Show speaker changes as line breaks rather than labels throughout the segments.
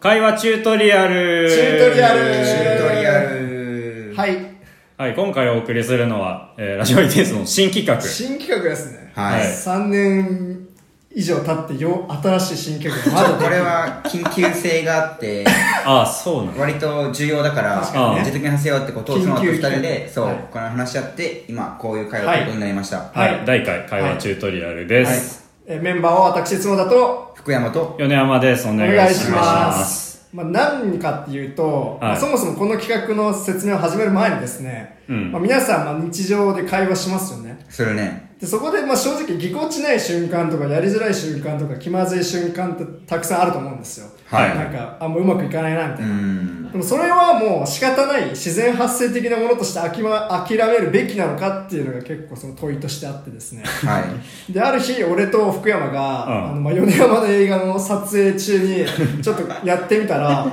会話チュートリアル
チュートリアル
チュートリアル。
はい
はい、今回お送りするのは、えーラジオイテンスの新企画。
新企画ですね
はい
3年以上経ってよ新しい新企画がまだでき
こ
る
れは緊急性があって、
ああ、そうなの。
割と重要だから、
確
かにね
自的に話せよってことをその後二
緊急
人で、そう、
はい
この話し合って、今、こういう会話ことになりました。
はい、
はい
第1回会話チュートリアルです。
えーメンバーは私角田と
福山と、
米山です。お
お
願
願
い
い
し
し
ま。
ますすまあ、何かっていうと、
はい
そもそもこの企画の説明を始める前にですね、
うん
まあ、皆さんまあ日常で会話しますよね
するね。
でそこでまあ正直ぎこちない瞬間とかやりづらい瞬間とか気まずい瞬間ってたくさんあると思うんですよ、
はい
なんかあもううまくいかないなみた
う
いな、
ん。
でもそれはもう仕方ない自然発生的なものとしてあき、ま、諦めるべきなのかっていうのが結構その問いとしてあっ てですね
はい。
である日俺と福山
う
が、
ん
あのまあ、米山の映画の撮影中にちょっとやってみ たら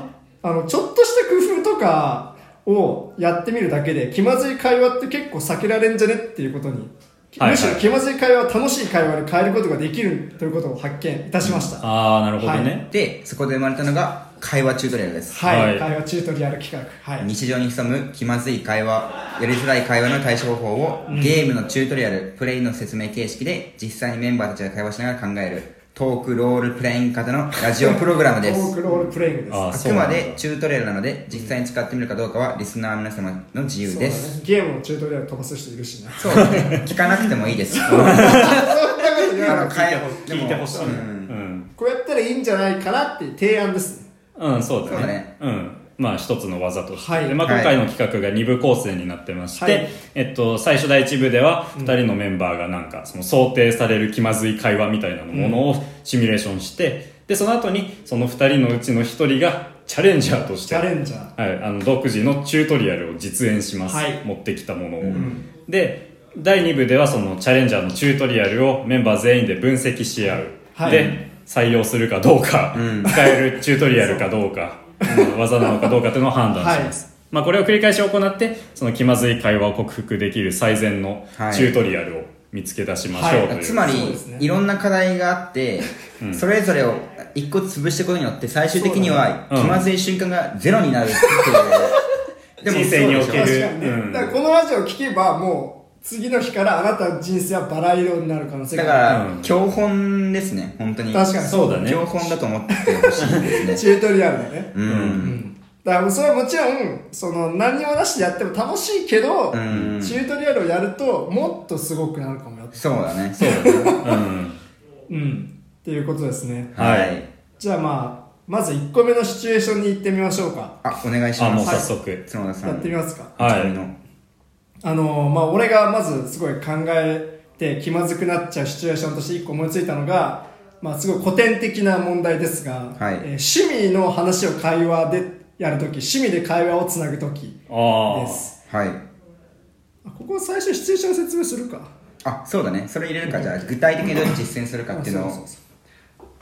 あのちょっとした工夫とかをやってみるだけで気まずい会話って結構避けられんじゃねっていうことに、
はいはい
むしろ気まずい会話を楽しい会話に変えることができるということを発見いたしました、
ああ、なるほど
は
ね。
で、そこで生まれたのが、会話チュートリアルです。
はい、
はい
会話チュートリアル企画はい
日常に潜む気まずい会話、やりづらい会話の対処方法を、ゲームのチュートリアル、プレイの説明形式で、実際にメンバーたちが会話しながら考える、トークロールプレイング型のラジオプログラムで
ト
す。
ークロールプレイングです
あ
あ
そ
く
うな
ま
んだ
でチュートリアルなので、実際に使ってみるかどうかはリスナー皆様の自由で
そう
す。
だね、ゲームのチュートリアル飛ばす人いるしね
そうですね。聞かなくてもい いです。あの
聞いて
会
ほ聞いてほしい。う
でもうん
ん。
こうやったらいいんじゃないかなっていう提案ですね
うん、そう
そ
だ
うだ
ね
ね。
うん。まあ、一つの技として。
はい
でまあ、
はい
今回の企画が2部構成になってまして、
はい
えっと、最初第1部では、2人のメンバーがなんか、その想定される気まずい会話みたいなものをシミュレーションして、で、その後に、その2人のうちの1人が、チャレンジャーとして
チャ、レンジャー
はい、あの独自のチュートリアルを実演します、
はい
持ってきたものを、
ん
で第2部ではそのチャレンジャーのチュートリアルをメンバー全員で分析し合う、
はい
で採用するかどうか、
うん
使えるチュートリアルかどうかうん技なのかどうかというのを判断します、まあ、これを繰り返し行ってその気まずい会話を克服できる最善の
はい
チュートリアルを見つけ出しましょうという、
は
つまり
そうですね、
いろんな課題があって、それぞれを一個潰していくことによって、最終的には
そうだねうん
気まずい瞬間がゼロにな るっていう。
人生における
確かにね、
うん
だからこのラジオを聞けばもう次の日からあなたの人生はバラ色になる可能性
だか
がある
ら、教本ですね、本当に。
確かに
そうだね
教本だと思ってほしい です
チ
ね。
ュートリアルだね、
う。
うんんだからそれはもちろんその何にもなしでやっても楽しいけど、
ん
チュートリアルをやるともっとすごくなるかもよって、
そうだね。
そうだね、うん、
うん、っていうことですね
はい。
じゃあまあまず1個目のシチュエーションに行ってみましょうか
あ、お願いし
あも
ま
う
す。
早速
角田さん。
やってみますか
はい
一人の
あのまあ、俺がまずすごい考えて気まずくなっちゃうシチュエーションとして一個思いついたのが、まあ、すごい古典的な問題ですが、
はい
えー趣味の話を会話でやるとき趣味で会話をつなぐとき
ああ
です
はい。
あここ最初シチュエーション説明するか
あ、そうだね。それ入れるか、じゃあ、具体的にどうやって実践するかっていうの
あそう
を
そう。そう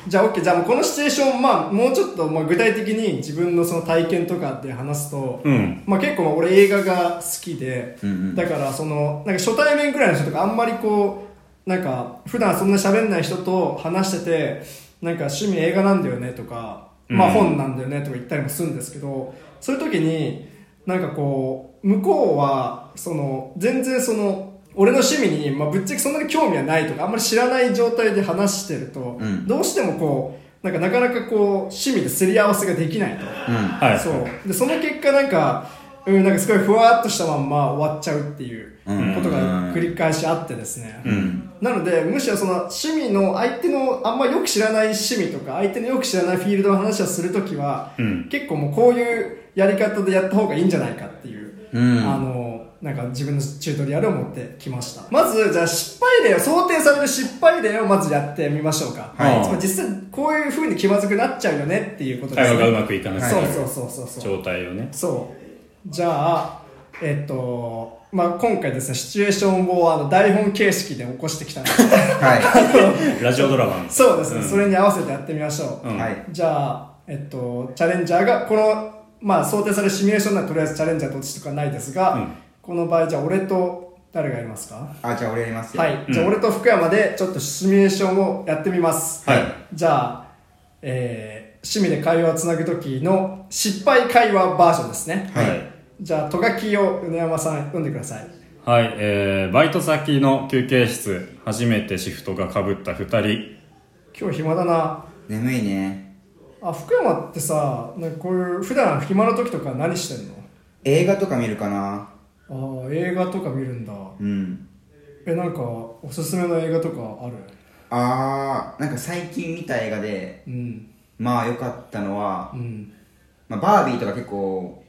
じゃあ OK じゃあもうこのシチュエーション、まあ、もうちょっとまあ具体的に自分のその体験とかで話すと、
うん
まあ、結構俺映画が好きで、
うんうん
だからそのなんか初対面ぐらいの人とかあんまりこうなんか普段そんな喋んない人と話しててなんか趣味映画なんだよねとか、まあ、
うん
本なんだよねとか言ったりもするんですけどそういう時になんかこう向こうはその全然その俺の趣味に、まあ、ぶっちゃけそんなに興味はないとかあんまり知らない状態で話してると、
うん
どうしてもこうなんかなかなかこう趣味ですり合わせができないと。
うん。
はい
そうでその結果なんか,、うん、なんかすごいふわっとしたまんま終わっちゃうっていう
うん
ことが繰り返しあってですね、
うん。
なのでむしろその趣味の相手のあんまよく知らない趣味とか相手のよく知らないフィールドの話をするときは、
うん
結構もうこういうやり方でやった方がいいんじゃないかっていう、
うん
あのなんか自分のチュートリアルを持ってきましたまずじゃあ失敗例を想定される失敗例をまずやってみましょうか、
はい
つまり実際こういうふうに気まずくなっちゃうよねっていうことです
会
ね
話がうまくいかなく
そ
な
う
る
そうそうそうそう
状態をね
そうじゃあえっとまあ今回ですねシチュエーションをあの台本形式で起こしてきた ので
は
ラジオドラマの
そうですね、
うん
それに合わせてやってみましょ う、
うん
い。はい。
じゃあえっとチャレンジャーがこのまあ想定されるシミュレーションならとりあえずチャレンジャーとしとかないですが、
うん
この場合じゃあ俺と誰がいますか
あ、じゃあ、俺やりますよ。
はい、じゃあ俺と福山でちょっとシミュレーションをやってみます、
はい
じゃあ、えー趣味で会話をつなぐ時の失敗会話バージョンですね。
はい。
じゃあ、トガキを米山さん読んでください。
はい、えー、バイト先の休憩室、初めてシフトが被った二人。
今日暇だな。
眠いね
あ、福山ってさ、なんかこういう、普段暇な時とか何してん
映画とか見るかな
のああ、映画とか見るんだ。
うん
え、なんか、おすすめの映画とかある
あーなんか最近見た映画で
うん。
まあ良かったのは
う、ん。
まあ、バービーとか結構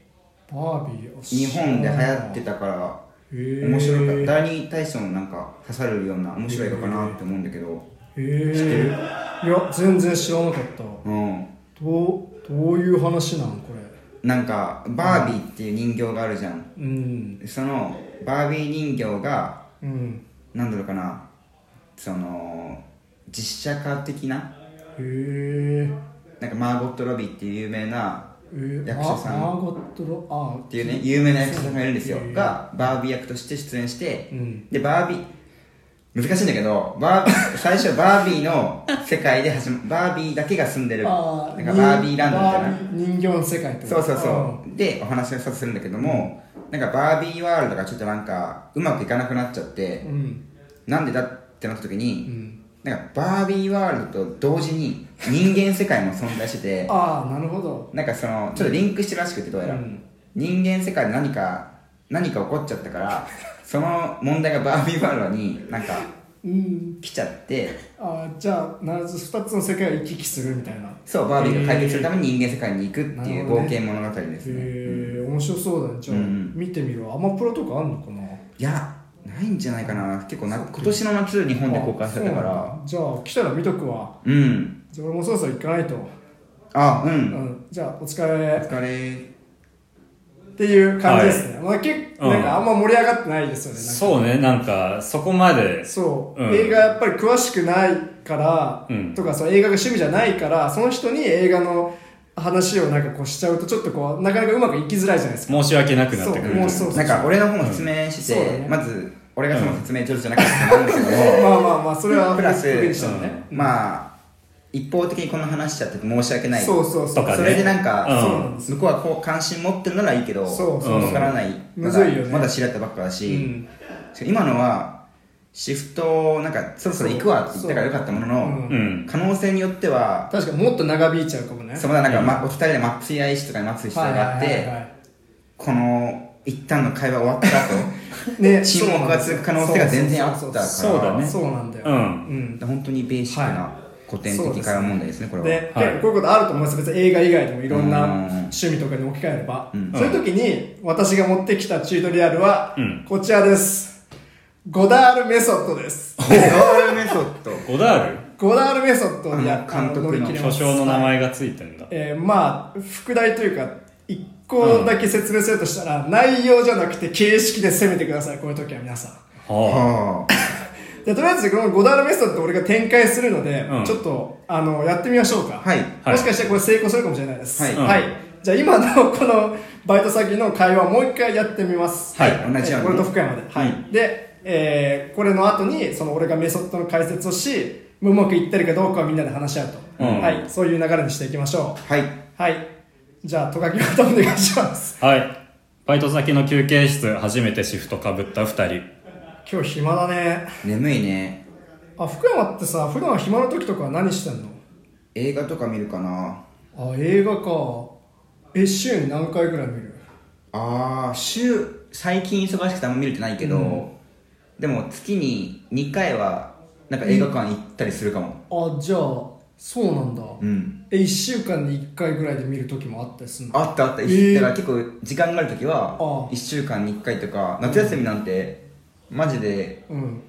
バービー、
日本で流行ってたから
へー
面白かった誰に対してもなんか刺さるような面白い映画かなって思うんだけど
へえいや全然知らなかった
うん
どうどういう話なんこれ
なんかバービーっていう人形があるじゃん
うん
そのバービー人形が
うん
なんだろうかなその実写化的な
へえ
なんかマーゴット・ロビーっていう有名な
えー、
役者さん
あマーゴットロあ
っていうね有名な役者さんがいるんですよ
へえ
がバービー役として出演して
うん
でバービー難しいんだけどバー最初バービーの世界で始まバービーだけが住んでるなんか
あ
バービーランドみたい
バ
な
ービー人形の世界ってこと
そうそうそうでお話をさせるんだけども、なんかバービーワールドがちょっとなんかうまくいかなくなっちゃって、
うんうん
なんでだってなった時
う
に、
ん
なんかバービーワールドと同時に人間世界も存在してて
ああなるほど
なんかそのちょっとリンクしてるらしくてどうやら、
うん
人間世界で何か何か起こっちゃっ たからその問題がバービーワールドになんか
うん
来ちゃって
あーじゃあなず2つの世界を行き来するみたいな
そうバービーが解決するために人間世界に行くって
へ
い
ー
う冒険物語ですね
へえ面白そうだねじゃあ、
うんうん
見てみるわアマプロとかあんのかない
やないんじゃないかな結構な今年の夏日本で公開されたか
あそうな
ら
んだじゃあ来たら見とくわ
うん
じゃあ俺もそろそろ行かないと、
あう
うんん、じゃあお疲
お
れ
疲れ
っていう感じですね、まあ結構なんかあんま盛り上がってないですよね、
そうね、なんか、そこまで、
そう、
うん
映画やっぱり詳しくないから、
うん
とかその映画が趣味じゃないからその人に映画の話をなんかこうしちゃうとちょっとこうなかなかうまくいきづらいじゃないですか
申し訳なくなってくる。
もうそうそう
なんか俺の方も説明して
うんそうだね
てまず俺がその説明上手じゃなかったんですけども
まあまあまあそれは
プラス
確認したのね、
まあ一方的にこの話しちゃって申し訳ない
そうそうそ
と
う
かね
それでなんか、
うん
そうなんです
向こうはこう関心持ってるならいいけど
そうそう
そう
分からない
むずいよね
まだ知られたばっかだし、
うん
今のはシフトなんかそろそろ行くわって言ったからよかったものの、
うん
うん。
可能性によっては、
確かにもっと長引いちゃうかもね
そのなんか、まお二人で待ち合いしとかに待つ必要があって、
はいはいはいはい
この一旦の会話終わった後
ね、
沈黙が続く可能性が全然あったから
そうだね
そうなんだよ。
うん
うん。
本当にベーシックな古典的会話問題ですね、これは。
で、
はい
結構こういうことあると思います。別に映画以外でもいろんな
うん
趣味とかに置き換えれば。
うん
そういう時に、私が持ってきたチュートリアルは
うん、
こちらです。ゴダールメソッドです。
ゴ ールメソッド。
ゴダール
ゴダールメソッドでや
あの監督の
乗り切れま
巨
す
匠の名
はい
前がついてんだ。
えーまあ、副題というか、一個だけ説明するとしたら、内容じゃなくて形式で攻めてください。こういう時は皆さん。
は
はあ、
じゃあとりあえずこのゴダールメソッドを俺が展開するので、
うん
ちょっとあのやってみましょうか
はい
はい
もしかしたらこれ成功するかもしれないです
はい
うん
じゃあ今のこのバイト先の会話をもう一回やってみます
はい
同じように
俺と福山で、はい
うん
で、えーこれの後にその俺がメソッドの解説をしうまくいってるかどうかをみんなで話し合うと、
うん
はい、そういう流れにしていきましょ
はい。
うはいじゃあトカキまたお願いします
あはい。バイト先の休憩室、初めてシフト被った二人。
今日暇だね
眠いね。
あ福山ってさ普段暇な時とかは何してんの
映画とか見るかな
あ映画かえ週に何回ぐらい見る
ああ、週、最近忙しくてあんま見れてないけど、
うん
でも月に2回は、なんか映画館行ったりするかも。
あじゃあそうなんだ、
うん。
え1週間に1回ぐらいで見る時もあったりするのあ
あったあった。
えー
だから結構時間があるときは、
ああ
1週間に1回とか、夏休みなんて、マジで
うん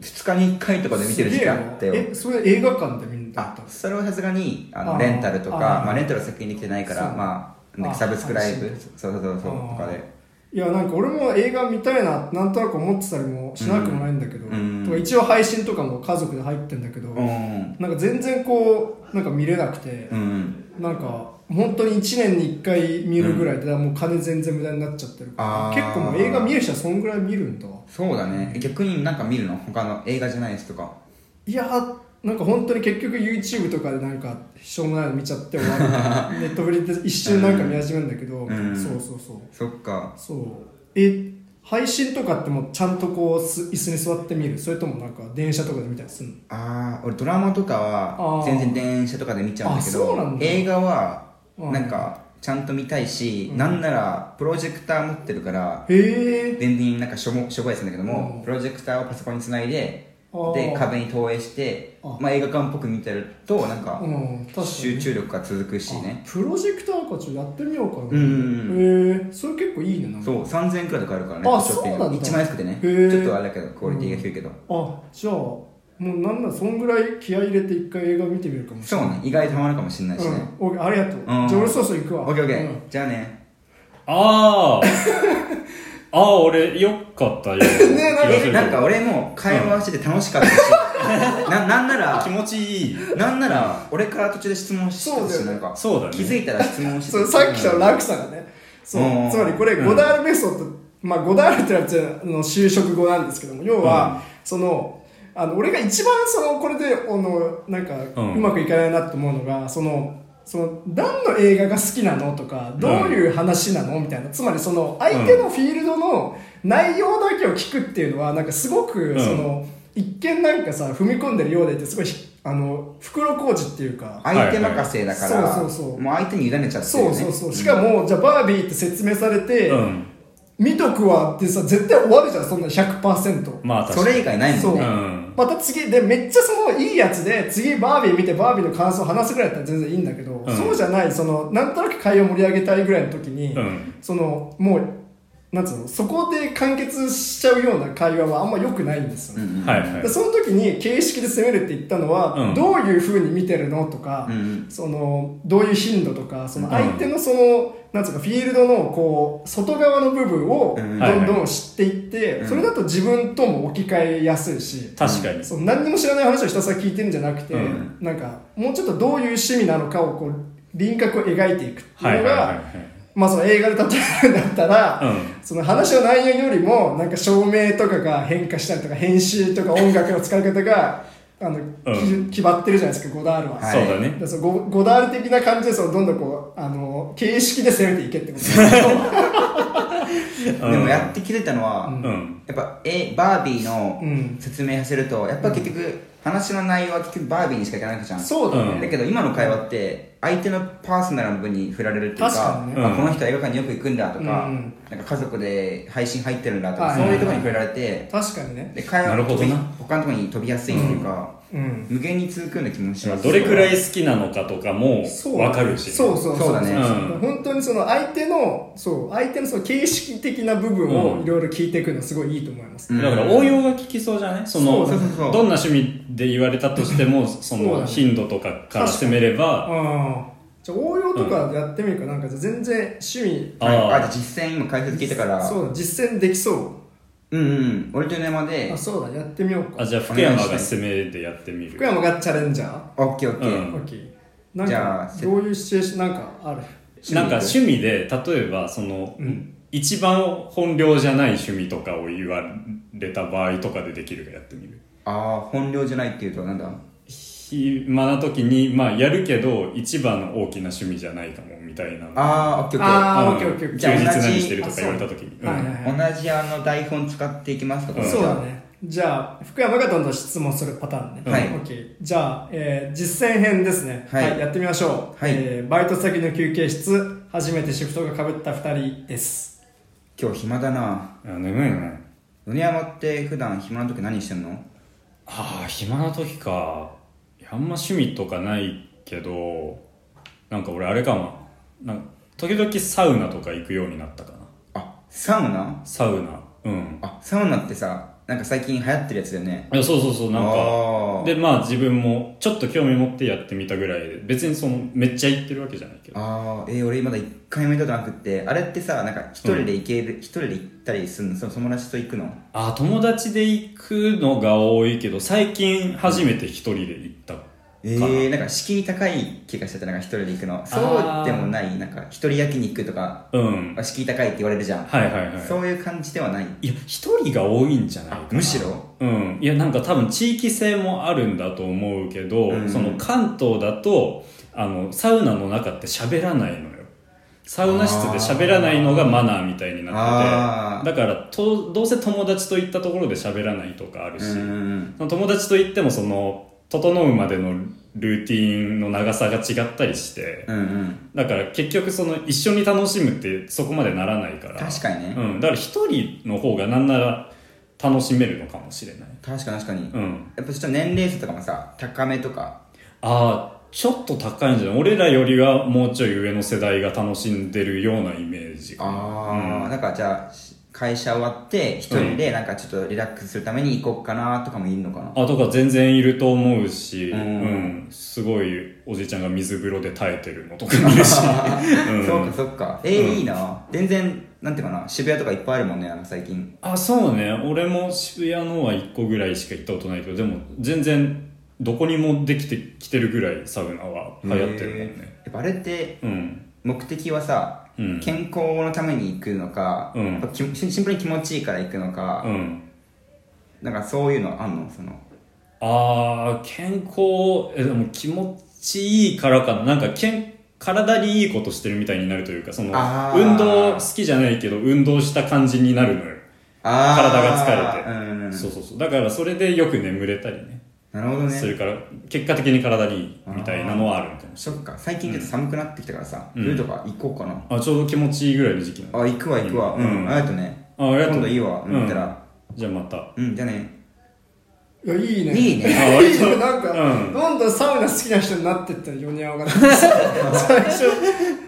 2日に1回とかで見てる時間あった
すげえな
よ
え。それ映画館で見るんだっ
あ
たの
それはさすがにあの
あー
レンタルとか
あー
まあ、レンタルは最近できてないから
そう
まあなんだっけ
あー
サブスクライブ
配
そうそうそうそう
あー
とかで
いやなんか俺も映画見たいななんとなく思ってたりもしなくもないんだけど、
うん
とか一応配信とかも家族で入ってんだけど、
うん
なんか全然こうなんか見れなくて
う、ん
なんか本当に1年に1回見るぐらいで、だからもう金全然無駄になっちゃってるから
あー
結構もう映画見る人はそんぐらい見るんだ
そうだね逆になんか見るの他の映画じゃないやつとか
いやなんか本当に結局 YouTube とかでなんかしょうもないの見ちゃって 終わるみたいなネットフリで一瞬なんか見始めるんだけど、
うん
そうそうそう
そっか。
そうえ配信とかってもうちゃんとこうす椅子に座って見るそれともなんか電車とかで見たりするの
ああ、俺ドラマとか
あー
は全然電車とかで見ちゃうんだけ
あそうな
ど
ん、だ
映画は
うん
なんかちゃんと見たいし、
うん
なんならプロジェクター持ってるから、
へえ
全然なんかしょぼ、しょぼいやつなんだけど
うん
も、プロジェクターをパソコンにつないで、で、壁に投影して
あ、
まあ映画館っぽく見てると、なんか
うん確かに
集中力が続くしね。
あプロジェクターかちょっとやってみようかな
うんうんうん
へえそれ結構いいねなんか
そう、3000円くらいで買えるからね、
あ
ショッピング
そうなんだ
一番安くてね。
へー
ちょっとあれだけど、クオリティが低いけど。
あじゃあもうなんならそんぐらい気合い入れて一回映画見てみるかもし
そ
れ
う
ない
ね、意外とハマるかもしれないしね。
うん、オッケーありがとう、
うん
じゃあ俺そろそろ行く
オ
わ
ッケーオッケ
う
ー
ん。
じゃあね。
あーああ俺よか ったよ
ねなんか
気がす
え、
る
なんか俺も会話してて楽しか ったし、ななんな
気
ら、
持ちいい
なんなら、俺から途中で質問してた
そう
し、
だよ
な
ね
んか、
そうだね
気づいたら質問して
そ
た
うさっきの落差がねそう
うん
つまりこれ
うん
ゴダールメソッド、まあゴダールってのはじゃああの就職後なんですけども要は、そのあの俺が一番そのこれであのなんかう
うん
まくいかないなと思うのが、そのその何の映画が好きなのとかどういう話なのみたいなつまりその相手のフィールドの内容だけを聞くっていうのはなんかすごく
ん
その、一見なんかさ踏み込んでるようでいてすごいひあの袋小路っていうか
相手任せだから、
はいはいそうそうそう
もう相手に委ねちゃってる
そ
よ
う
ね。
そうそう。しかも、じゃあバービーって説明されて、
うん
見とくわってさ、絶対終わるじゃん、そんな100%。
まあ確
そ
かに
れ以外ないもん
そう
ね。
うん
また次、で、めっちゃそのいいやつで、次バービー見てバービーの感想話すぐらいだったら全然いいんだけど、
ん
そうじゃない、その、なんとなく会を盛り上げたいぐらいの時に、
うん
その、もう、なんつうの、そこで完結しちゃうような会話はあんま良くないんですよね。
うんうん
はいはい
でその時に形式で攻めるって言ったのは、
うん
どういうふうに見てるのとか、
うんうん
そのどういう頻度とかその相手のその、なんつうかフィールドのこう外側の部分をど
うん
ん
はい
どん知っていって、
うん
それだと自分とも置き換えやすいし、
確かに
その何にも知らない話をひたすら聞いてるんじゃなくて、
うん
なんかもうちょっとどういう趣味なのかをこう輪郭を描いていくって
はいいう
の
はい
が、
はい
まあ、その映画で例えるんだったら、
はい
その話の内容よりもなんか照明とかが変化したりとか編集とか音楽の使い方があの、
ん
き決まってるじゃないですかゴダールは、
うん
はい
そうだ
だか
ね
らそのゴゴダール的な感じでそのどんどんこうあの形式で攻めていけってことで すね
うん
でもやって気づいたのは、
うん
うん
やっぱ、え、バービーの
うん
説明させると、やっぱ結局、話の内容は結局バービーにしかいかないじゃん。
そうだ
うん
だ
ね、
けど今の会話って相手のパーソナルな部分に振られるっていうか
確かにね
あ
うん
この人は映画館によく行くんだとか,、
うん
なんか家族で配信入ってるんだとか、
はい
そういうところに触れられて
確かにね
で会話
なる
が
ほど
飛び
な
他のところに飛びやすいっていうか、
うん
無限に続くような気もします
どれくらい
そう
好きなのかとかも
そう
分かるし
そうそう
そうだね
うん
本当にその相手のそう相手のその形式的な部分をいろいろ聞いていくのすごいいいと思います、
うん
だから応用が効きそうじゃないその
そうそうそうそう
どんな趣味で言われたとしてもそ
そうだ
の
ね
頻度とかから攻めれば
ああじゃあ応用とかやってみるか、なんかじゃあ全然趣味
あ
はいあ
あ
じゃあ実践今解説聞いたから
そうだ実践できそう
うんうん俺と米山で
あそうだやってみようか
あじゃあ福山が攻めでやってみ
福
る
山がチャレンジャー、
オッケーオッケー、
うん
オッケーなん
じゃあ
か
せ
どういうシチュエーションなんかある
なんか趣味で例えばその、
うん
一番本領じゃない趣味とかを言われた場合とかでできるかやってみる
ああ本領じゃないっていうとなんだ
暇な時にまあやるけど一番の大きな趣味じゃないかもみたいな
ああオッケーオッケー
ああ
うん
オッケーオッケーオッケ
休
ー
日
じゃあ同じ
何してるとか言われた時に
あそう
うん
はい
同じあの台本使っていきますとか、
うん
そうだねじゃあ福山がどんどん質問するパターンね、
はい
オッケーじゃあ、えー実践編ですね
はい
やってみましょう、
はい
えーバイト先の休憩室初めてシフトがかぶった2人です
今日暇だな
あ眠いね
米山って普段暇な時何してんの
ああ暇な時かいやあんま趣味とかないけどなんか俺あれかもなんか時々サウナとか行くようになったかな
あサウナ
サウナうん
あサウナってさなんか最近流行ってるやつだよね
いやそうそうそうなんか
あー
でまあ自分もちょっと興味持ってやってみたぐらいで別にそのめっちゃ行ってるわけじゃないけど
あーえー俺まだ一回も行ったことなくってあれってさなんか一人で行ける、一人で行ったりするのその友達と行くの
ああ友達で行くのが多いけど最近初めて一人で行った
えー、なんか敷居高い気がしてたなんか一人で行くのそうでもないなんか一人焼肉とか
うん。
敷居高いって言われるじゃん、
はいはいはい。
そういう感じではない
いや、一人が多いんじゃないかな
むしろ
うん。いや、なんか多分地域性もあるんだと思うけど、
うん
その関東だと、あの、サウナの中って喋らないのよ。サウナ室で喋らないのがマナーみたいにな
あ
っ
ー
てて、だからと、どうせ友達と行ったところで喋らないとかあるし、
うん
その友達と行ってもその、整うまでのルーティンの長さが違ったりして、
うんうん
だから結局その一緒に楽しむってそこまでならないから。
確かにね、
うん。だから一人の方がなんなら楽しめるのかもしれない。
確かに確かに、や
うん。
っぱちょっと年齢差とかもさ高めとか
ああ、ちょっと高いんじゃない俺らよりはもうちょい上の世代が楽しんでるようなイメージ。
ああ、なんかじゃあ会社終わって一人でなんかちょっとリラックスするために行こうかなとかもいいのかな、
あとか全然いると思うし、う
うんん、
すごいおじいちゃんが水風呂で耐えてるのとか見る し。うん
そうかそうかえーいいな全然なんていうかな渋谷とかいっぱいあるもんねなんか最近
あ、そうね。俺も渋谷のは1個ぐらいしか行ったことないけど、でも全然どこにもできてきてるぐらいサウナは流行ってるもんね。
へーやっぱあれって
うん。
目的はさ、
うん
健康のために行くのか、
うん
やっぱきシンシンプルに気持ちいいから行くの
う
か、
ん。
なんかそういうのあんのその
あー健康えでも気持ちいいからかななんかけん体にいいことしてるみたいになるというかその
あー
運動好きじゃないけど運動した感じになるのよ、体が疲れて
ーうんうん
そうそうそうだからそれでよく眠れたりね
なるほど
す
ね
るから結果的に体にいいみたいなのはあるみたいな
そっか最近ちょっと寒くなってきたからさ、
うん
冬とか行こうかな、
あちょうど気持ちいいぐらいの時期なの
あ行くわ行くわ
う
うんん、ありがとうね
あありがと
今
う
度いいわ
うん
言ったら
じゃあまた
うん、じゃあね
いやいいね
いいね
あ割
いい
と
ねなんか、
うん
どんどんサウナ好きな人になってったよにゃおが最初、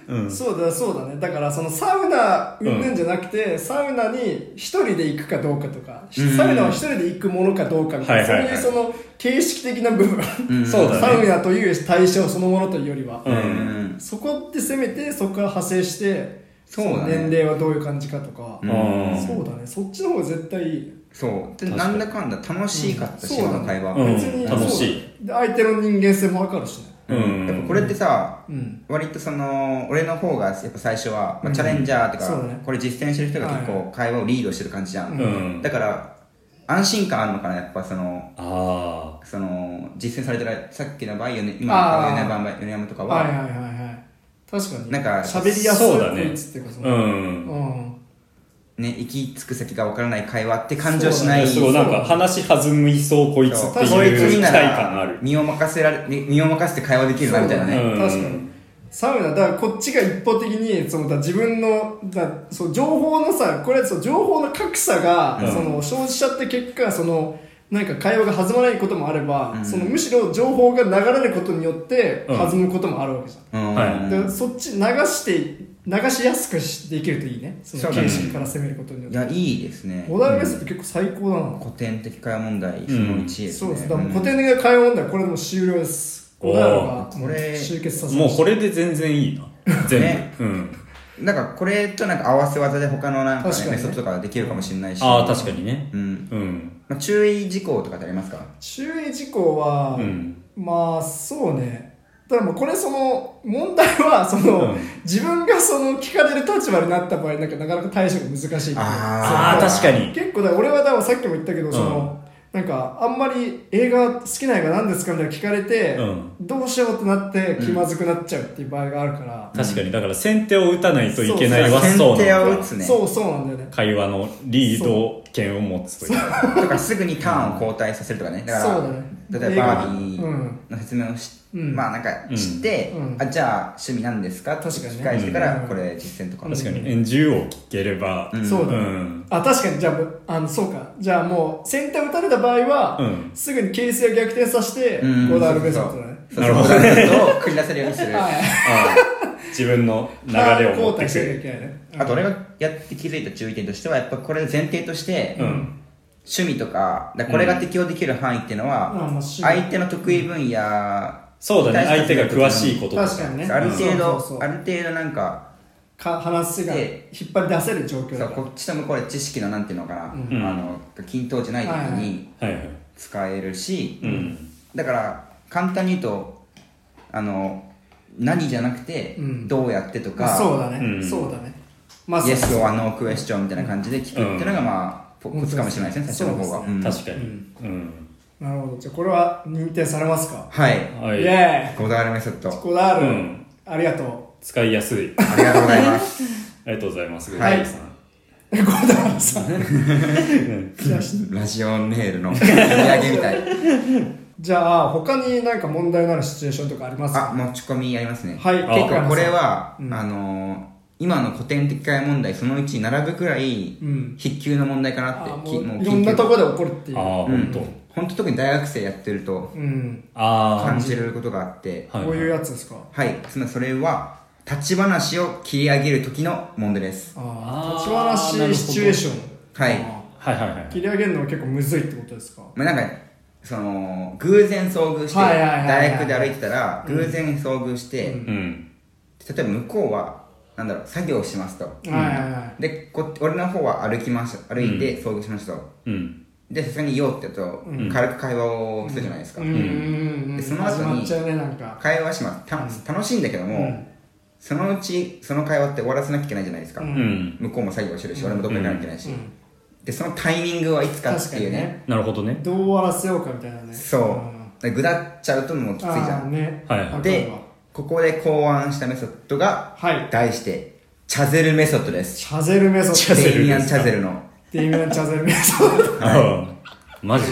うん
そうだそうだねだからそのサウナうんぬんじゃなくて、サウナに一人で行くかどうかとか、
うん
サウナを一人で行くものかどうかみたいな、
はいはいはい
そういうその形式的な部分、
うん
そうだね
サウナという対象そのものというよりは、
うん
うん
そこでせめてそこから派生して
そうだね
の年齢はどういう感じかとか、
うん
そうだねそっちの方が絶対いい
そうで
確かに
なんだかんだ楽しかったし、
うん
この会話、
うん
別に
楽しい
そうで相手の人間性も分かるしね
うん
やっぱこれってさ
うん
割とその俺の方がやっぱ最初は、
う
ま
ん
あ、チャレンジャーとか、
そうだね
これ実践してる人が結
はい
構会話をリードしてる感じじゃん、
うん
だから安心感あるのかなやっぱその
あ
その実践されてるさっきの場合米今の
あー
米山米山とか
はい
は
はいはいはい確かに
なんか
喋りやすい
そうだね
こいつっていうかそ
あう
の
ん
うん
ね行き着く先がわからない会話って感情しない
すごいなんか話弾みそうこいつ
そう
って
こいつ
いう期
にな
待感あ
ら
る
身を任せられ身身を任せて会話できるなみたいなね
うん
確かにサウナだからこっちが一方的にそのだ自分のだそう情報のさこれそう情報の格差が、
うん
その生じちゃって結果そのなんか会話が弾まないこともあれば、
うん
そのむしろ情報が流れることによって
うん
弾むこともあるわけじゃん、
うん
は
でそっち流して流しやすくしできるといいねその形式から攻めることによっ
い
て
やいいですね
五代目スって結構最高だな、
古典的会話問題その1です
そう
ね
ですだからもう古典的な会話問題はこれでもう終了です
おー
五代目が
これ
集結させ
も
ま
う
し
これで全然いいな全部、
ね
うん
なんかこれとなんか合わせ技で他のなんか、
確か
ね
にね
メソッドとかできるかもしれないし
ああ確かにね
うん
うん
まあ、注意事項とかってありますか
た注意事項は、
うん
まあそうねただもうこれその問題はその、
うん
自分がその聞かれる立場になった場合なんかなかなか対処が難しいっていう
あ
ああ確かに
結構だから俺はだからさっきも言ったけど、
ん
そのなんかあんまり映画好きな映画何ですかみたいな聞かれて、
うん
どうしようってなって気まずくなっちゃうっていう場合があるから、
確かにだから先手を打たないといけないは
先
そう
手
な
を
ん
打
だ
つね
そうそうなんだよね
会話のリード権を持つというか
とかすぐにターンを交代させるとかねだから
そうだね
例えばバービ
映画
ーの説明をし、
うん
まあなんか知って、
うんうん
あじゃあ趣味なんですかって
確かにね
聞き返してから
うん
これ実践とか、
確かに演じを聞ければ
うん
そう
う
だね、
ん
あ確かにじゃあもうあのそうかじゃあもう先手を打たれた場合は、
うん
すぐに形勢を逆転させて、
うん
オダールベソットだね
そう
なるほど
そうそうを繰り出せるようにする
はい
あー自分の流れを持って
交代しなきゃい
く
けないね
あと俺がやって気づいた注意点としてはやっぱこれ前提として、
うん
趣味とかだからこれが適用できる範囲っていうの
うん
は、
あまあ趣味
相手の得意分野
そうだね相手が詳しいこととか
確かにね
ある程
そ
度、
うそうそう
ある程度なんか
か話が引
で
っ張り出せる状況
そ
だ
う
から
こっちと向こうで知識のなんていうのかな、
ん
あの均等じゃない時
はいは
に
はいはい
使えるし、
うん
だから簡単に言うとあの何じゃなくて、
うん
どうやってと
まあ
か
そうだね、
うん
そうだねまあ
イエ
そう
スをあのクエスチョンみたいな感じで聞くっていうのが、まあ、ポコツかもしれないですね、最初の方
そう
が。
で
うん
確かに。
なるほどじゃあこれは認定されますか、
はい。
うん。は
イ
い。
エ
こだわりメソッド。
ーイこだわる、
うん
ありが と
使いやすい。
ありがとうございます。
ありがとうございます。
はい
グレイさん
うこだわるさじゃあ
ラジオネールのお土産みたい。
じゃあ他に何か問題のあるシチュエーションとかあります
あ、
か
持ち込みやりますね。
はい
結
あ
構これは、
うん
あのー、今の古典的解問題そのうちに並ぶくらい
うん、
筆急の問題かなって
あ。
き
も
も
う
う
いろんなとこ
緊
で起こるってい
ああ
う、
急
本当。
うん本当特に大学生やってると
うん、
あ
感じることがあって、
あ。
こういう
や
やつですか
はい。つまりそれは、立ち話を切り上げる時の問題です。
あ
あー
あ立ち話シチュエーション
はい
あ
はいはいはい
ー。切り上げるのは結構むずいってことですか
まあ、なんかその偶然遭遇して
はいはいはいはい
大学で歩いてたら偶然遭遇して、
うん
うん。
例えば向こうはなんだろう作業しますと、
はいはいはい
でこ俺の方は歩きました歩いて遭遇しましたと、
うん。
でさすがに「よ」って言うと、
うん
軽く会話をするじゃないですか、
うんうんうん
でその後
始
に
まっちゃうねなんか
会話はしますた楽しいんだけども、
うん
そのうちその会話って終わらせなきゃいけないじゃないですか、
うん
うん。
向こうも作業してるし、俺もどっか行かなきゃいけないし、
うん
でそのタイミングはいつかっていうね
なるほどね。
どう終わらせようかみたいなね
そうでぐだっちゃうともうきついじ
あ
ゃん
あね
はいはい
わかるわ
でここで考案したメソッドが
はい
題してチャゼルメソッドです
チャゼルメソ
チャ
ッド
ゼル
デイミアン・チャゼルの、
デイミアンチャゼルメソッ ド
ああマジ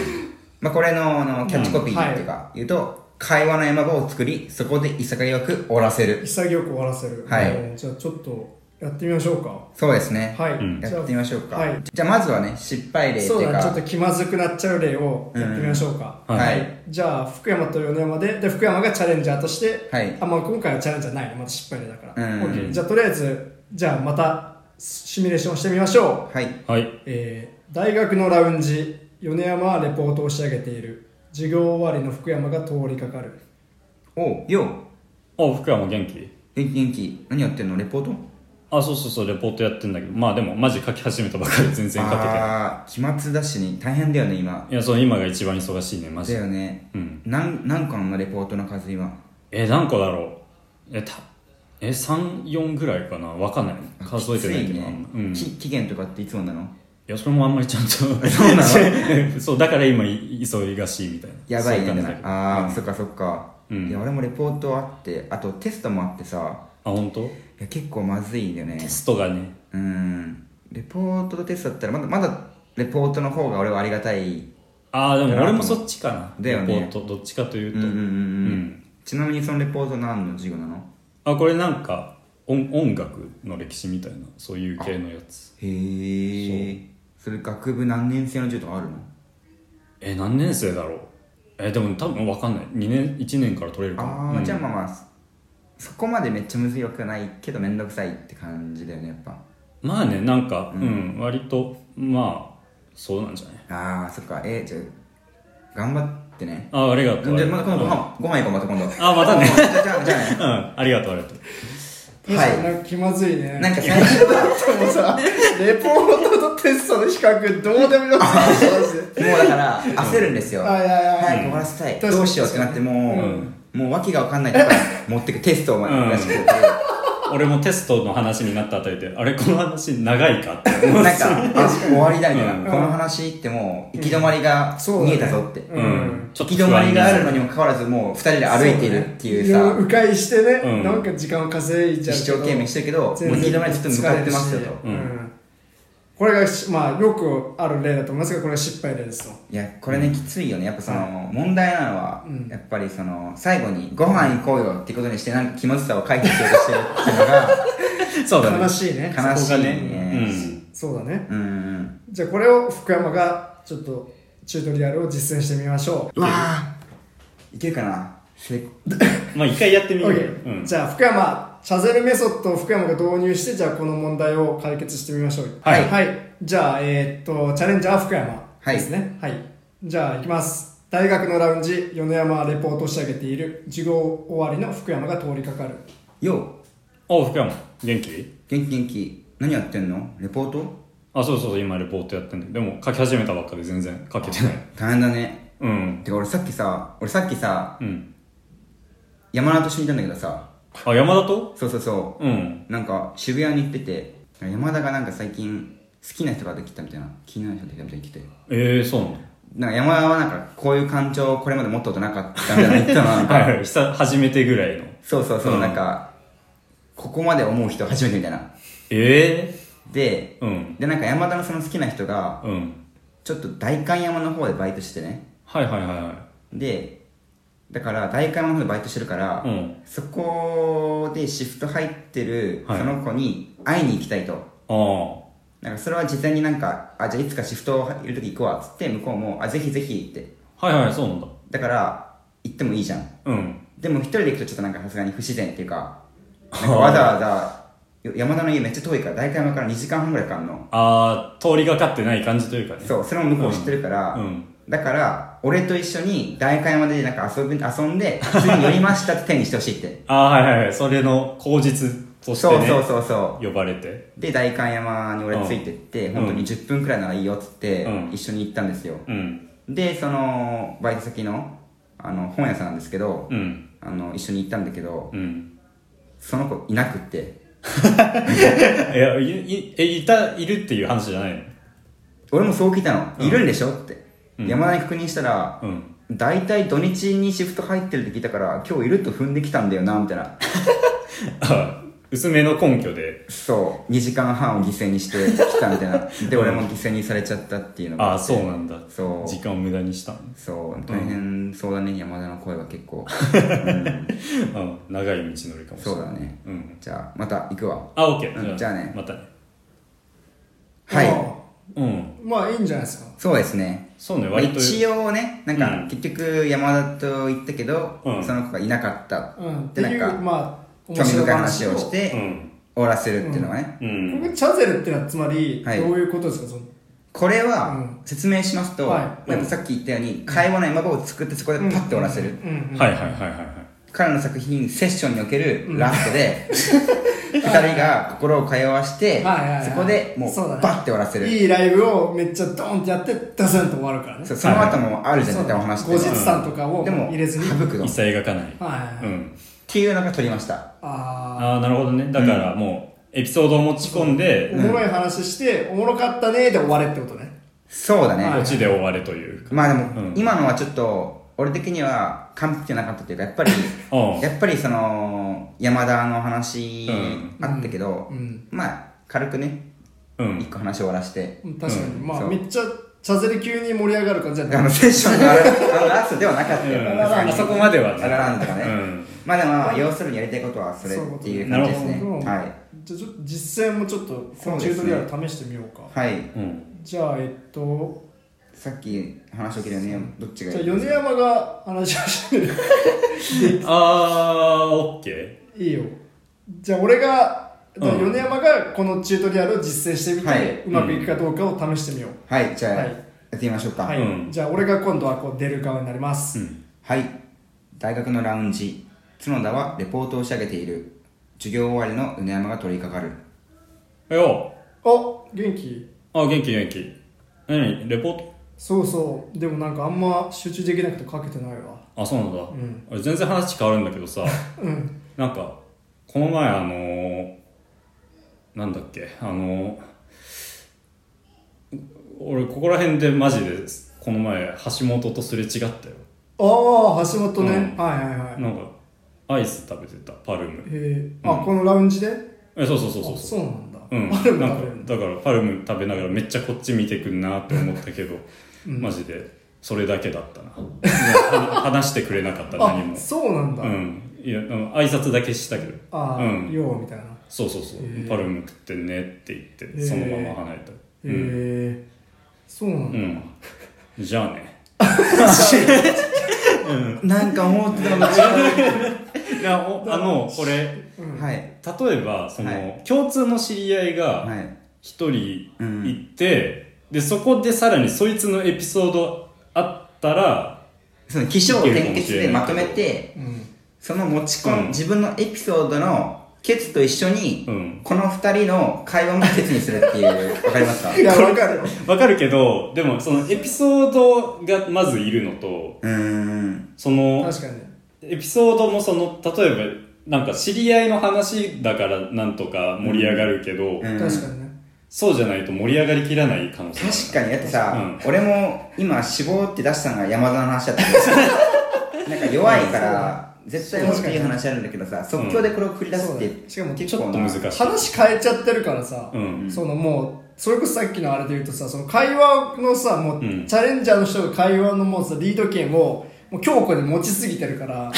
まあ、これのあのキャッチコピーっていうか、言うと会話の山場を作りそこで潔く終わらせる
潔く終わらせる
はい
うんじゃあちょっとやってみましょうか
そうですね、
はい、
ん
じゃ
や
あ
ってみましょうか、
はい
じゃあまずはね失敗例って
そう
いう
だね
か
ちょっと気まずくなっちゃう例をやってみましょうか、
うん
は、
はい
じゃあ福山と米山でで福山がチャレンジャーとして、
はい
あまあ、今回はチャレンジャーないねまだ失敗例だから、
うん
OK じゃあとりあえずじゃあまたシミュレーションしてみましょう、
はい
はい。
えー大学のラウンジ米山はレポートを仕上げている授業終わりの福山が通りかかる
おうよう
あ、福山元気
元気元気何やってんのレポート
あ、そうそうそう、レポートやってんだけど、まあでも、マジ書き始めたばかりで全然書けてない。
ああ期末だしに大変だよね今
いや、そう、今が一番忙しいね、マジ
だ
で。
よね
うん。
なん何個あんのレポートの数今
え、何個だろうえ、た、え、3、4ぐらいかなわかんない。数えてないけど、
きつ
あん
ね
まうん。
き
い
期限とかっていつもなの
や、それもあんまりちゃんと。そう
な
の そう、だから今、い急がしいみたいな。
やばいね
そうう感じだけど
ああ、そっかそっか、
うん
いや俺もレポートあってあとテストもあってさ
あ、本当？
いや結構まずいんだよね
テストがね。
うんレポートとテストだったらまだまだレポートの方が俺はありがたい
ああ、でも
だな
俺
と
も
思う
そっちかな。
だよね
レポート、どっちかという
うん
と。
うんうん、うん
うん
ちなみにそのレポート何の授業なの
あ、これなんか、音音楽の歴史みたいな、そういう系のやつ。
へえそれ学部何年生の授業とかあるの
え、何年生だろうえ、でも多分わかんない。2年、1年から取れるか
あ
も。
あ、
うん
じゃあまあまあそこまでめっちゃむずいわけはないけどめんどくさいって感じだよねやっぱ
まあね、なんか、うん、割と、まあ、そうなんじゃない
ああそっかえー、じゃあ頑張ってね
あ、ありが
じ
と
ゃ
う。
あまた今度ご飯、ご飯行こう、また今度。
あまたね
じゃあ、じゃあ、じゃあね。
うん、ありがとう、ありがとう。
はい
なんか気まずいね
なんか最初は、
でもさ、レポートとテストの比較、どうでも よくないです。
もうだから、焦るんですよ。
はいはいはい
早く終わらせたい。
確かに
どうしようってなって、もう、もう訳がわかんないとか、持ってくテストをま
うん
出してくれ
俺もテストの話になったあたりで、あれ、この話長いか って
て、
思
な
うん
か、あ終わりだみたい
うん
な。この話ってもう、行き止まりが
そうだね
見えたぞって。
う
うんん。
行き止まりがあるのにもかかわらず、もう二人で歩いているっていう
や
さ
迂、回してね、
うん
なんか時間を稼いじ
一
ゃうけど。
生懸命してるけど、もう行き止まりにちょっと向かってますよと。
うんこれがし、まあ、よくある例だと思いますが、これは失敗例ですと。
いやこれね、きついよねやっぱその問題なのは、
うん
やっぱりその最後にご飯行こうよってことにしてなんか気まずさを回避しようとしてるっていうのが
そうだね。
悲しいね。
悲しいね
そうだね。
うんうん
じゃあ、これを福山が、ちょっと、チュートリアルを実践してみましょ
うわあいけるかな成功
うん。まあ、一回やって
う。
みようよ。
OK
うん。
じゃあ、福山、チャゼルメソッドを福山が導入して、じゃあ、この問題を解決してみましょう。
はい
はい。じゃあ、えーっと、チャレンジャーは福山
はい
ですね。はい。じゃあ、いきます。大学のラウンジ、米山はレポートを仕上げている、授業終わりの福山が通りかかる。
よう
お、福山、元気
元気元気何やってんのレポート
あ、そうそうそう、今レポートやってんだけど、でも書き始めたばっかで全然書けてない。
大変だね
うん。
てか俺さっきさ、俺さっきさ、
うん。
山田と一緒にいたんだけどさ、
あ、山田と
そうそうそ
うん。
う、なんか渋谷に行ってて、山田がなんか最近好きな人ができたみたいな、気になる人ができたみたいに来て。
ええそうなの
なんか山田はなんかこういう感情をこれまで持ったことなかったみたいな言ってたのなん
は
か、
いはい。久、初めてぐらいの。
そうそうそう、
うん
なんか、ここまで思う人初めてみたいな。
え
で
え、うん。
でなんか山田のその好きな人が、
うん。
ちょっと代官山の方でバイトしてね。
はいはいはいは
で、だから代官山の方でバイトしてるから、
い。うん。
そこでシフト入ってる
はい
その子に会いに行きたいと。
あ
なんかそれは事前になんか、あ、じゃあいつかシフトいる時行こうわっつって、向こうも、あ、ぜひぜひって。
あ。はいはい、そうなんだ。
だから、行ってもいいじゃん。
うん。
でも一人で行くとちょっとなんかさすがに不自然っていうか、
はあ
なんかわざわざ、よ山田の家めっちゃ遠いから、大会山から2時間半ぐらいかかるの。
ああ、通りがかってない感じというかね。
そう、それも向こう知ってるから、
うん。
だから、俺と一緒に大会山でなんか遊び、遊んで、次に寄りましたって手にしてほしいって。
ああ、はいはいはい。それの口実とし
そ
て
う
ね。
そうそうそ
呼ばれて。
う。で、大会山に俺ついてって、
うん
本当に10分くらいならいいよっつって、
うん
一緒に行ったんですよ。
うん。
で、その、バイト先の、あの、本屋さんなんですけど、
うん。
あの、一緒に行ったんだけど、
うん。
その子いなくって、
いや、い、い、え、いた、いるっていう話じゃないの
俺もそう聞いたの、いるんでしょって、
うん
山田に確認したら、
うん。
大体土日にシフト入ってるって聞いたから今日いると踏んできたんだよなみたいな
あ薄めの根拠で。
そう2時間半を犠牲にしてきたみたいなで俺も犠牲にされちゃったっていうのが
ああ、そうなんだ。
そう
時間を無駄にしたの。
そう大変そうだね、山田の声は結構
うん。長い道のりかもしれ
そう
ない。
だね
うん。
じゃあまた行くわ
あ、オッケ
う
ー。
んじゃあね
またね。
はい
ま
うん。
あまあいいんじゃないですか
そうですね
そうね、
まあ
割と。
一応ねなんか、
うん
結局山田と行ったけど、
うん
その子がいなかった
うんって
でなん
いう
か
まあ
興味深い話をし
う
て
ん。
終わらせるっていうのはね、
うん。
僕チャゼルってのはつまりどう
はい
いうことですか、その
これ
う
は
ん
説明しますと、
は
いう
やっぱさっき言ったように会話の山場を作ってそこでパッて終わらせる、
うんうん
はいはいはいはいはい。
彼の作品「セッション」におけるラス トで、二人が心を通わして、
はいはいはい
そこでもう
そうだね
バッて終わらせる
いいライブをめっちゃドーンってやってダスンと終わるからね
そうその後もあるじゃん、
そう
絶対お話って
後日談とかを
でも
入れずに
省くの
一
っ
切描かない。
はいはいはい、
うん。
ていうのが撮りました
あ
ああ、なるほどね。だからもう、エピソードを持ち込ん
あお
で、
もろい話して、おもろかったねーで終われってことね
そうだね、
はい
オチで終われというか。
まあでも、
うん
今のはちょっと俺的には完璧じゃなかったというかやっぱり
うん
やっぱりその山田の話
うん
あったけど、
うん
まあ軽くね
うん
一。個話を終わらして、
確かに、
う
まあ
そう
めっちゃチャゼル級に盛り上がる感じだった
あのセッショ ンのあるあのラストではなかったよ、
うん
さすがに
あそこまではね
ララランドとかね、
うん
まあでもまあ要するにやりたいことはそれ
そういう
っ
こと
ていう感じです
なる
ね
ほど
は
じゃあちょっと実践もちょっとこのチュートリアル試してみようか
い、はい、
うん。
じゃあえっと
さっき話を聞いたよねどっち
じゃ
が
あ
いい
米山が話をしてる
あー、オッケー。
いいよじゃあ俺が、じゃあ
うん
米山がこのチュートリアルを実践してみて、
はいう
まくいくかどうかを試してみよう、
はいじゃあ、
はい
やってみましょうか
はい、
うん
じゃあ俺が今度はこう出る側になります、
うん。
はい大学のラウンジ角田はレポートを仕上げている授業終わりの米山が取り掛かる
よ
お元気
う。あ、元気元気。何レポート
そうそうでもなんかあんま集中できなくて書けてないわ
あ、そうなんだ。
ん
俺全然話変わるんだけどさ。
うん
なんか、この前あのーなんだっけ、あのー俺ここら辺でマジで、この前橋本とすれ違ったよ。
ああ橋本ね、
うん
はいはいはい
なんか、アイス食べてた、パルム。
へえあ、このラウンジで
え、そうそうそうそう
あ
そう。
そうなんだ、
うん、
あれ
な
も食べれる
んかだからパルム食べながらめっちゃこっち見てくんなって思ったけど、
うん
マジでそれだけだったなね は話してくれなかった何
あ
も
そうなんだ、
うんいやあの挨拶だけしたけど
ああ、
うん
ようみたいなへ
そうそうそう、
へー
パルム食ってねって言って、
ー
そのまま離れた
え、そうなん
う
だ、
ん、うん、じゃあ ね
なんか思ってた のと違
いやおあのこれ
うん
うはい
例えばその、
は
共通の知り合いが
はい
一人いて、でそこでさらにそいつのエピソードあったら
その起承転結でまとめて
うん
その持ち込ん、
うん
自分のエピソードのケツと一緒に、
うん
この二人の会話もケツにするっていう、わかります か
いや、わかるよ。
わかるけど、でもそのエピソードがまずいるのと、
うーん。
その、
確かに。
エピソードもその、例えば、なんか知り合いの話だからなんとか盛り上がるけど、
うん
確かにね。
そうじゃないと盛り上がりきらない可能性
確かに、だってさ、
う
俺も今、死亡って出したのが山田の話だった けど、なんか弱いから、絶対もっといい話あるんだけどさ、即興でこれを繰り出すっ
そうだ
て、
ねしかも
ちょっと
な
難しい。
話変えちゃってるからさ、
うん
そのもう、それこそさっきのあれで言うとさ、その会話のさ、
う
もう、
ん
チャレンジャーの人が会話のもうさ、リード権を、もう強固に持ちすぎてる から、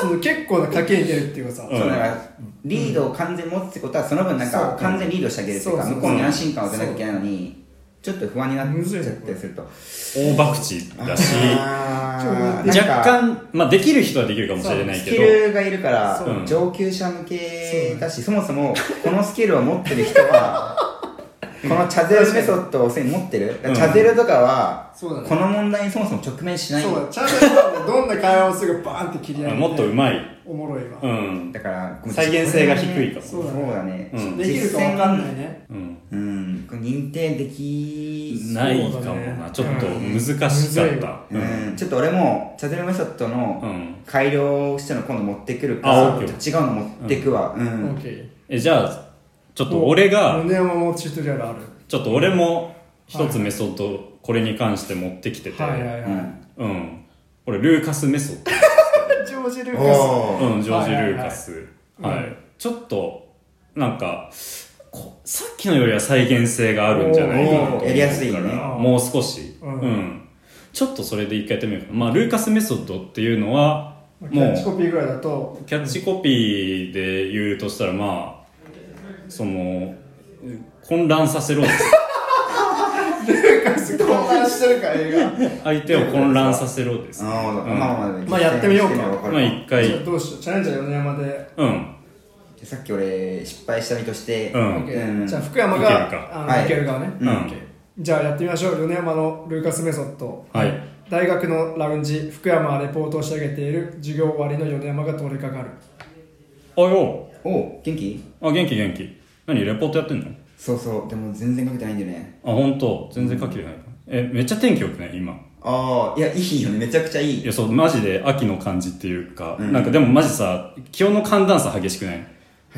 その結構な賭けに出るっていうかさ、
うん
そうだからリードを完全に持つってことはその分なん
そ
か
う
完全にリードしてあげるっていうか
そうそう
向こうに安心感を与えなきゃいけないのにちょっと不安になっ
むずい
ち
ね
ゃったりすると
大博打だし、
あ
若
ーなんか
干、まあできる人はできるかもしれない
ス
け
キ
ど、
ルがいるから
そう
上級者向けだしそもそもこのスキルを持ってる人 はこのチャゼロメソッドをすでに持ってるだからチャゼロとかは
そうだね
この問題にそもそも直面しない
そうだ、チャレンジャーもどんな会話をするかバーンって切り上げて、
もっと上手い。
おもろいわ。
うん。
だから
再現性が低いかも
そうだね
うん
できるかわかんないね。
うん。
うんこれ認定でき
ないかも
そうだ
な。
ね
ちょっと
うん
難しかった。う。
うんんちょっと俺もチャゼルメソッド
う
の
ん。
改良したの今度持ってくるか
あ
ら、
オッケ
違うの持ってくわ、うん
オッケー。
え、じゃあ、ちょっと俺が、
胸山もチュートリアルある。
ちょっと俺も一つメソッド、これに関して持ってきてて、
はいはいは
う
い。
ん
うん。これ、ルーカスメソッ
ジョージ・ルーカ
お
ド。
ー
うん、ジョージ・ルーカス。
はいはい
は
はい
い。ちょっと、なんか、こさっきのよりは再現性があるんじゃないかなと思う
おーやりやすいね
からもう少し。う
うん
ん。ちょっとそれで一回やってみようかな。まあ、ルーカスメソッドっていうのは、
ス。キ
も
ャッ
う
チ、コピーぐらいだと、
キャッチコピーで言うとしたらまあその混乱させろ
ルー カス混乱してるから映画。
相手を混乱させろです、
なるほど、
うん
まあまあまあ
まあやってみようか
実際にしてみ
ま
ればわか
あ
る
一回
じゃあどうしよう。チャレンジャー米山で。
うん
さっき俺失敗した身として、
うん
オッケー
うん
じゃあ福山
いけるか
が、あの
はい
いける側ね。
うん
オッケーじゃあやってみましょう。米山のルーカスメソッド。
はい
大学のラウンジ、福山がレポートを仕上げている授業終わりの米山が通りかかる。
あよ
お元気
あ元気元気何レポートやってんの
そうそうでも全然かけてないんだよね
あ本当全然書けてないか、えめっちゃ天気よくね今
ああいやいいよねめちゃくちゃい
い
い
やそうマジで秋の感じっていうか、
うん
なんかでもマジさ気温の寒暖差激しくない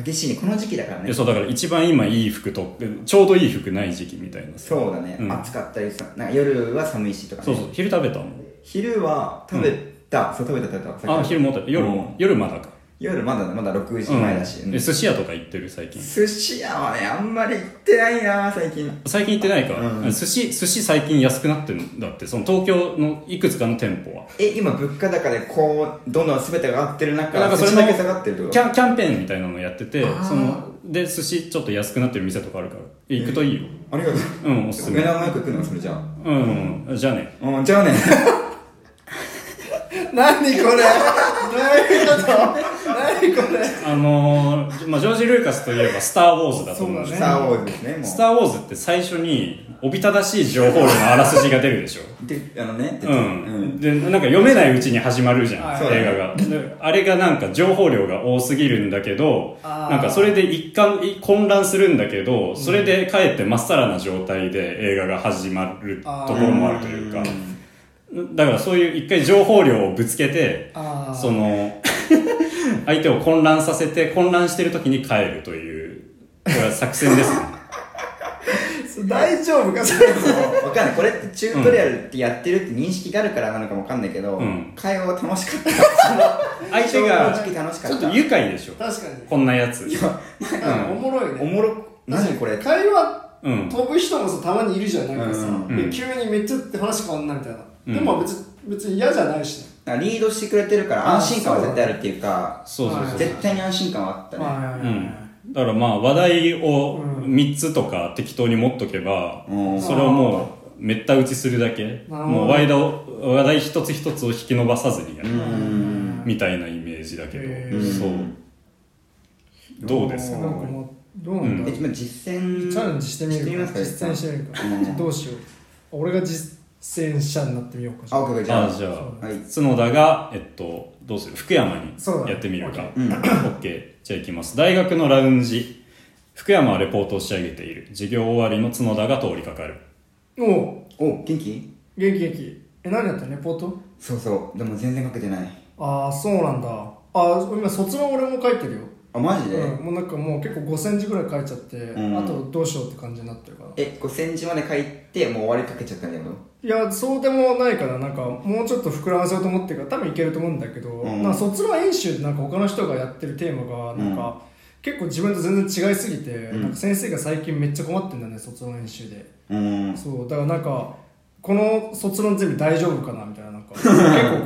激しいねこの時期だから
い
ね
やそうだから一番今いい服とちょうどいい服ない時期みたいなさ
そうだね、
うん
暑かったりさなんか夜は寒いしとか、ね、
そうそう昼食べたもん
昼は食べた、そう食べた食べたさっ
あ
き
昼も食べ夜
うん
夜まだか
夜まだまだ6時前だし、
うん、え寿司屋とか行ってる最近
寿司屋はねあんまり行ってないな最近
最近行ってないか、
うん
寿司寿司最近安くなってるんだってその東京のいくつかの店舗は
え今物価高でこうどんどん全てが上がってる中
なんかそれ
寿
の
司だけ下がってるってこ
キ
と
ャンキャンペーンみたいなのやってて
あー
そので寿司ちょっと安くなってる店とかあるから行くといいよ
ありがとう
うんおすす
上
め
田もよく行くのそれじゃあ
うん、うん、じゃあね
うんじゃあ ね
何これどういうこと何これ
あのーまあ、ジョージ・ルーカスといえば「スター・ウォーズ」だと思うんです
そう
よ
スター・ウォーズですねもう
スター・ウォーズって最初におびただしい情報量のあらすじが出るで しょ
であのね
う
うん
ん、でなんか読めないうちに始まるじゃん、
はい
映画がであれがなんか情報量が多すぎるんだけど
あー
なんかそれで一貫い混乱するんだけどそれでかえってまっさらな状態で映画が始まるところもあるというかだからそういう一回情報量をぶつけて
あ
その相手を混乱させて混乱してる時に帰るというこれは作戦ですね
そ大丈夫かそれ
そうわかんないこれってチュートリアルってやってるって認識があるからなのかもわかんないけど、
うん
会話は楽しかっ た
相手が
正直楽しか
ち
った
ょっと愉快でしょ
確か
こんなやつ
になんかおもろい
お
ね
もろ何これ
会話
うん
飛ぶ人もさたまにいるじゃんなんかさ、
うん
うん
で急にめっちゃって話変わんないみたいな、
うん
でも別に別に嫌じゃないしね
なんかリードしてくれてるから安心感は絶対あるっていうか
そうそうそう
絶対に安心感はあったね、
はい
うん、だからまあ話題を
うん
3つとか適当に持っとけば、
うん
それをもうめった打ちするだけ
ほど
もう話題を話題一つ一つを引き伸ばさずにやる、
うん
みたいなイメージだけど、
へ
ー
そうどうですか
なんかもうどうなんだ
え
ろう、
今実践
チャレンジしてみるか
ますか
実践してみるか、
うん
どうしよう俺が実出演者になってみようかじゃ
あ、
あ
OK、じゃあ。
あじゃあ、
はい
角田が、えっと、どうする福山に
そうだね
やってみるか。
うん
OK。じゃあ行きます。大学のラウンジ。福山はレポートを仕上げている。授業終わりの角田が通りかかる。
おう
お、元気
元気元気え何やったレポート
そうそう。でも全然書けてない。
ああそうなんだああ今卒論俺も書いてるよ、
あ、マジで、
うん、もうなんかもう結構5センチぐらい書いちゃって、
ん
あとどうしようって感じになってるから
え、5センチまで書いて、もう終わりかけちゃったんだけど。
いやそうでもないからなんかもうちょっと膨らませようと思ってるから多分いけると思うんだけど、
うん
なんか卒論演習ってなんか他の人がやってるテーマがなんか、結構自分と全然違いすぎて、
ん
なんか先生が最近めっちゃ困ってんだね卒論演習で、
うん。
そうだからなんかこの卒論ゼミ大丈夫かなみたいななん か結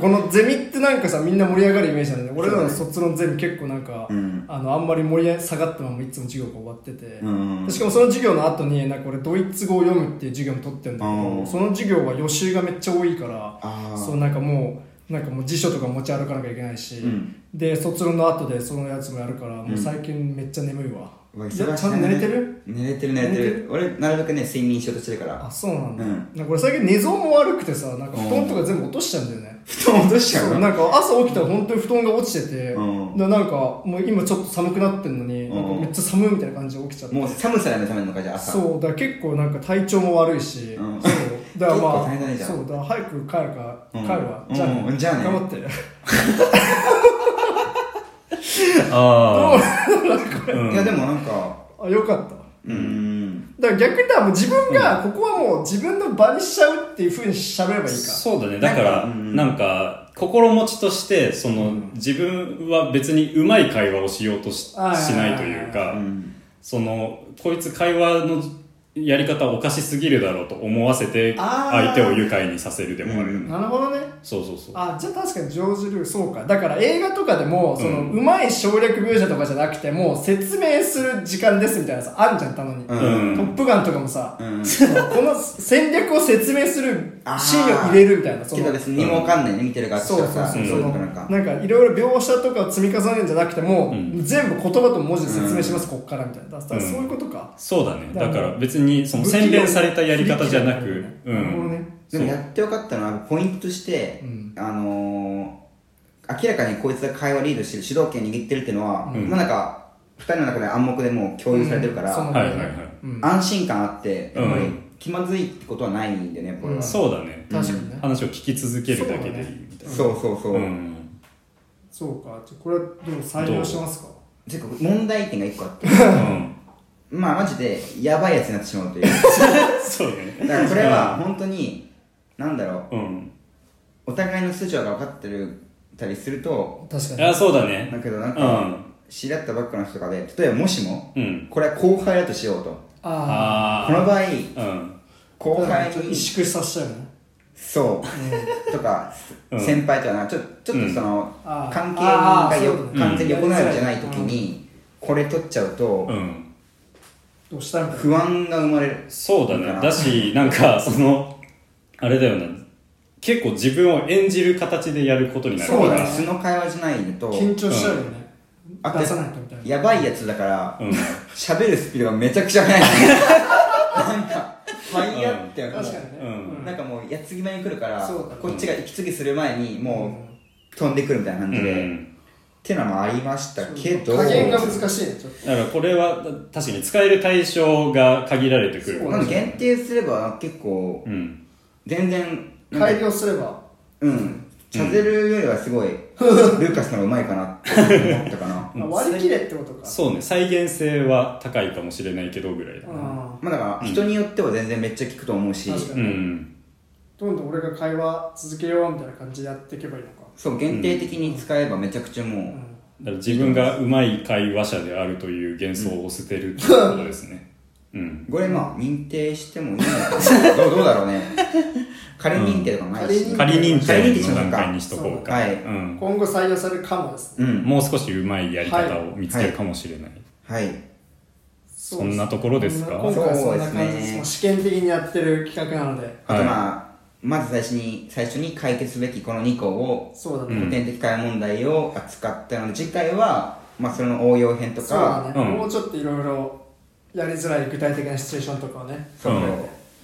構このゼミってなんかさみんな盛り上がるイメージなんで俺らの卒論ゼミ結構なんか、
うん。
あのあんまり盛り上下がったままいつも授業が終わってて、
うん
で。しかもその授業の後になんか俺ドイツ語を読むっていう授業も取ってるんだけ
う
ど
ん
その授業は予習がめっちゃ多いから
ああ。
そうなんかもうなんかもう辞書とか持ち歩かなきゃいけないし、
うん
で卒論の後でそのやつもやるからもう最近めっちゃ眠いわ、
うわ
いや
忙し
ち
い
ゃ
ね
んと寝れてる
寝れてる寝れて
寝れ
る。俺、なるべくね、睡眠しようとしてるから
あ。そうなんだ、
うん
なんか俺最近寝相も悪くてさなんか布団とか全部落としちゃうんだよね、
布団落としちゃう
そう
の
なんか朝起きたら本当に布団が落ちてて、
うん
でなんかもう今ちょっと寒くなってんのに、なん
うん
かめっちゃ寒いみたいな感じで起きちゃって
もう寒さやめためのか、じゃあ朝。
そうだから結構なんか体調も悪いし、
うん
そうだからま
結構大変だね
あ
じゃあ
そうだから早く帰るか、
うん
帰るわ、
うん
じゃあね,、
じゃあね
頑張って
ああ。うん
いや、でもなんか、
あよかった
うん。
だから逆にだからもう自分が、ここはもう自分の場にしちゃうっていうふうにしゃべればいいか
そうだね。だから、
なんかうん
なんか、心持ちとして、その、自分は別にうまい会話をしようとしし
あー
ないというか、
うん。
そのこいつ会話のやり方おかしすぎるだろうと思わせて
あー
相手を愉快にさせるでもあるよね、
うん
なるほどね
そうそうそう
あじゃあ確かに上手るそうかだから映画とかでもその、
う
うんまい省略描写とかじゃなくてもう説明する時間ですみたいなさあんじゃんたまに、
うん
トップガン」とかもさ、
うん
そのこの戦略を説明するシーンを入れるみたいなそ
け
の
ど別に何もわかんないね、見てる側と
そう
して
そう
はさ。
そう、
ん
そ
な
の
んかな
なんん
か。
かいろいろ描写とかを積み重ねるんじゃなくても、
うん
全部言葉と文字で説明します、こっからみたいなだから
うん
そういうことか、
そうだね
だから
だから別にその
不器用
洗練されたやり方じゃなくう
なるほど
ん
ね
でもやってよかったのは、ポイントとして、
うん
あのー明らかにこいつが会話リードしてる、主導権握ってるっていうのは、
ん
もうなんか、二人の中で暗黙でもう共有されてるから、
うんそう
はいはいはい
うん
安心感あって、
うん
やっぱり気まずいってことはないんでね、これは。
うん
そう
そうだね
確かにね、
話を聞き続けるだけでいいみたいな
そうそう。
うん
そうかじゃあこれはどう採用しますか
てか、問題点が一個あって、
うん
まあマジで、やばいやつになってしまうという。
そうだね
だからこれは本当に、なんだろ
うん
う、お互いの素性が分かってるたりすると、
確か
い
に
やそうだね
だけどなん
う
か、
ん
知り合ったばっかの人とかで、例えばもしも、
うん
これは後輩だとしようと。
あ
こ
あ
の場合、
あうん
後輩
ちょっと
に
萎、縮させちゃうよね
そう、とか
うん、
先輩とかな、ちょちょっとその、
あー
関係
あ
が
ー
よ
そうだね
完全に横並びじゃない時に、これ取っちゃうと
う、ん
どうしたみたい
不安が生まれる。
そうだねだしなんかそのあれだよな結構自分を演じる形でやることになるから
そうだね
素の会話じゃないのと
な、緊張しちゃうよね、
あと
出さないとみたいな
やばいやつだから、
うん
喋るスピードがめちゃくち ゃ速い。なんか、ファイヤーってやつ
確かにね、
うん
なんかもう、やつぎめに来るから、
そうだね
こっちが息継ぎする前に、もう、飛んでくるみたいな感じで、っていうのもありましたけど、
加減が難しいねちょっと
だからこれはた確かに使える対象が限られてくる
そう
なんか限定すれば結構、
うん
全然、なん
改
か
良すれば
うん、チャゼルよりは すごい、ルーカスの方がうまいかなって思ったかな。
あ割り切れってことか
そうね再現性は高いかもしれないけどぐらいだな
あ
まあだから、人によっては全然めっちゃ聞くと思うし、
確か
う
に
ん
ーどんどん俺が会話続けようみたいな感じでやっていけばいいのか、
そう、限定的に使えばめちゃくちゃもう、
う
だ
ん、
から自分がうまい会話者であるという幻想を捨てるっていうことですねうん
これまあ認定してもいいのかどうどうだろ うね仮認定とかもないし、
うん
仮認
仮認定
定
し
の
まし
段
ょう
階
か
にしとこうか
はい
うん
今後採用されるかもですね
うん
もう少しうまいやり方を見つけるかもしれない
はい
そ
そんなところですか
今回はそんな感
そう
じ
で
ですす
ね
もう試験的にやってる企画なので
あとまあ、まず最初に最初に解決すべきこの2項を
そうだね、
古典的会話問題を扱ったので次回は、まあ、それの応用編と
そうだ
か
ね、
うん
もうちょっといろいろやりづらい具体的なシチュエーションとかをね
そう
うん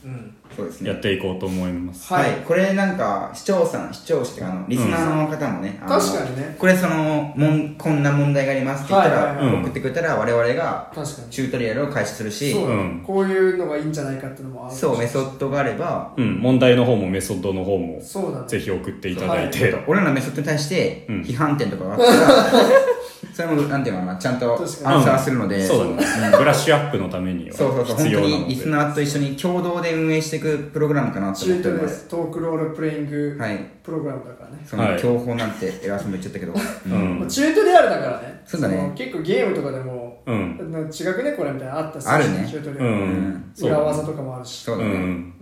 うん
そうです
やっ
ね。
ていこうと思います。
は
はいい。これなんか、視聴さん、視聴者っていうか、あの、リスナーの方もね、あの
確かにね
これその、もん、こんな問題がありますって言った
はいはい
は
ら、
い
送ってくれたら我々が、
確かに
チュートリアルを開始するし、
そう、
うん
こういうのがいいんじゃないかっていうのもある
そう、メソッドがあれば、
うん、問題の方もメソッドの方も、
そうだね
ぜひ送っていただいて、
俺らのメソッドに対して、
うん
批判点とかがあった ら、それも、なんていうのかな、ちゃんとアン
確
サ
かに
ーするので、
そうだね。ブラッシュアップのためには
そうそうそう、
必
本当
要な
に
の
リ
で。
スナーと一緒に共同で運営していくプログラムかなと
チュ
思っ
ー
て
トリアルトー
おります。
クロールプレイング
はい
プログラムだからね、
その、
はい
教法なんて偉そうに言っちゃったけど、
う
まあ
ん。
チュートリアルだからね
そうだね
の結構ゲームとかでも、
うん。
なんか違くねこれみたいなのあったし
あるね
チュートリア
う
ル、
ん。そう
裏
だ
技
ね
とかもあるし
そう
う
だね。
ん。
うん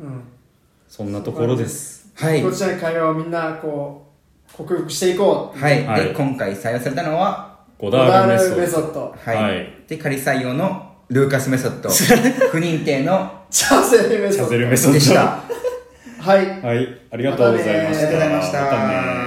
そんなところです。
はい。
こ
は
ちらの会話をみんなこう克服していこう
い。
はい
で、今回採用されたのは、
ゴダールメソ
ゴダールメ
ッ
ソッド
はい。
はい
で、仮採用のルーカスメソッド、 不認定の
チャゼルメ
ド。
ソ
チャゼル
ッ
メソ
でし
ッ
た。
ドはい
ド。はい。ありがとうございました。
ありがとうご
ざいました
またね